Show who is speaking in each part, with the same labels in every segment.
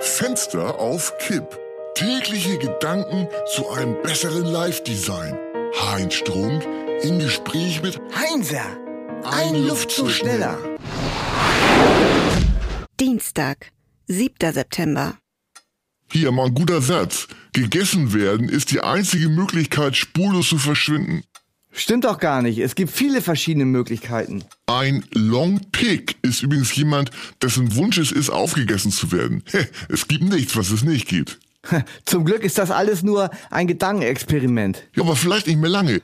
Speaker 1: Fenster auf Kipp. Tägliche Gedanken zu einem besseren Live-Design. Heinz Strunk im Gespräch mit
Speaker 2: Heinzer, ein, Luftzug schneller.
Speaker 3: Dienstag, 7. September.
Speaker 1: Hier mal ein guter Satz. Gegessen werden ist die einzige Möglichkeit, spurlos zu verschwinden.
Speaker 2: Stimmt doch gar nicht. Es gibt viele verschiedene Möglichkeiten.
Speaker 1: Ein Long Pig ist übrigens jemand, dessen Wunsch es ist, aufgegessen zu werden. Es gibt nichts, was es nicht gibt.
Speaker 2: Zum Glück ist das alles nur ein Gedankenexperiment.
Speaker 1: Ja, aber vielleicht nicht mehr lange.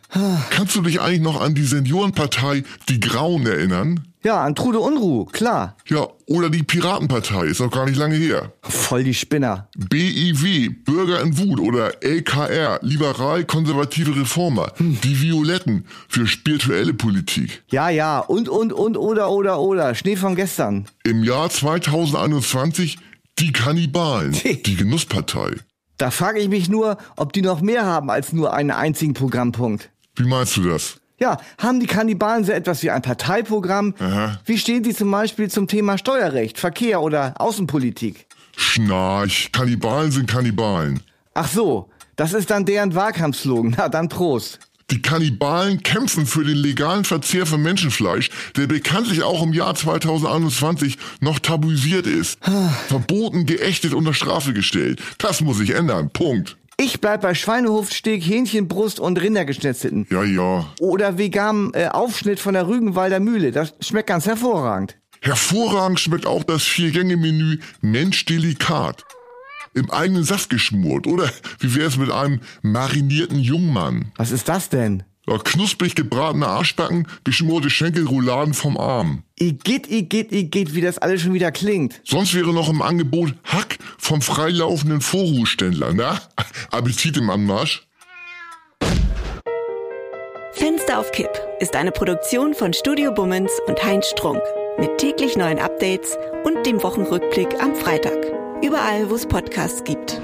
Speaker 1: Kannst du dich eigentlich noch an die Seniorenpartei Die Grauen erinnern?
Speaker 2: Ja, an Trude Unruh, klar.
Speaker 1: Ja, oder die Piratenpartei, ist noch gar nicht lange her.
Speaker 2: Voll die Spinner.
Speaker 1: BIW, E Bürger in Wut oder LKR, liberal-konservative Reformer. Die Violetten für spirituelle Politik.
Speaker 2: Ja, ja, und, und, und, oder, oder, oder. Schnee von gestern.
Speaker 1: Im Jahr 2021 die Kannibalen, die Genusspartei.
Speaker 2: Da frage ich mich nur, ob die noch mehr haben als nur einen einzigen Programmpunkt.
Speaker 1: Wie meinst du das?
Speaker 2: Ja, haben die Kannibalen so etwas wie ein Parteiprogramm?
Speaker 1: Aha.
Speaker 2: Wie stehen sie zum Beispiel zum Thema Steuerrecht, Verkehr oder Außenpolitik?
Speaker 1: Schnarch, Kannibalen sind Kannibalen.
Speaker 2: Ach so, das ist dann deren Wahlkampfslogan. Na dann Prost.
Speaker 1: Die Kannibalen kämpfen für den legalen Verzehr von Menschenfleisch, der bekanntlich auch im Jahr 2021 noch tabuisiert ist. Verboten, geächtet, unter Strafe gestellt. Das muss sich ändern. Punkt.
Speaker 2: Ich bleib bei Schweinehofsteg, Hähnchenbrust und Rindergeschnetzelten.
Speaker 1: Ja, ja.
Speaker 2: Oder veganem äh, Aufschnitt von der Rügenwalder Mühle. Das schmeckt ganz hervorragend.
Speaker 1: Hervorragend schmeckt auch das Vier-Gänge-Menü Mensch Delikat. Im eigenen Saft geschmort, oder? Wie wär's mit einem marinierten Jungmann?
Speaker 2: Was ist das denn?
Speaker 1: Ja, knusprig gebratene Arschbacken, geschmorte Schenkelrouladen vom Arm.
Speaker 2: Igitt, igitt, igitt, wie das alles schon wieder klingt.
Speaker 1: Sonst wäre noch im Angebot Hack vom freilaufenden Vorruheständler, na? Appetit im Anmarsch.
Speaker 3: Fenster auf Kipp ist eine Produktion von Studio Bummens und Heinz Strunk. Mit täglich neuen Updates und dem Wochenrückblick am Freitag. Überall, wo es Podcasts gibt.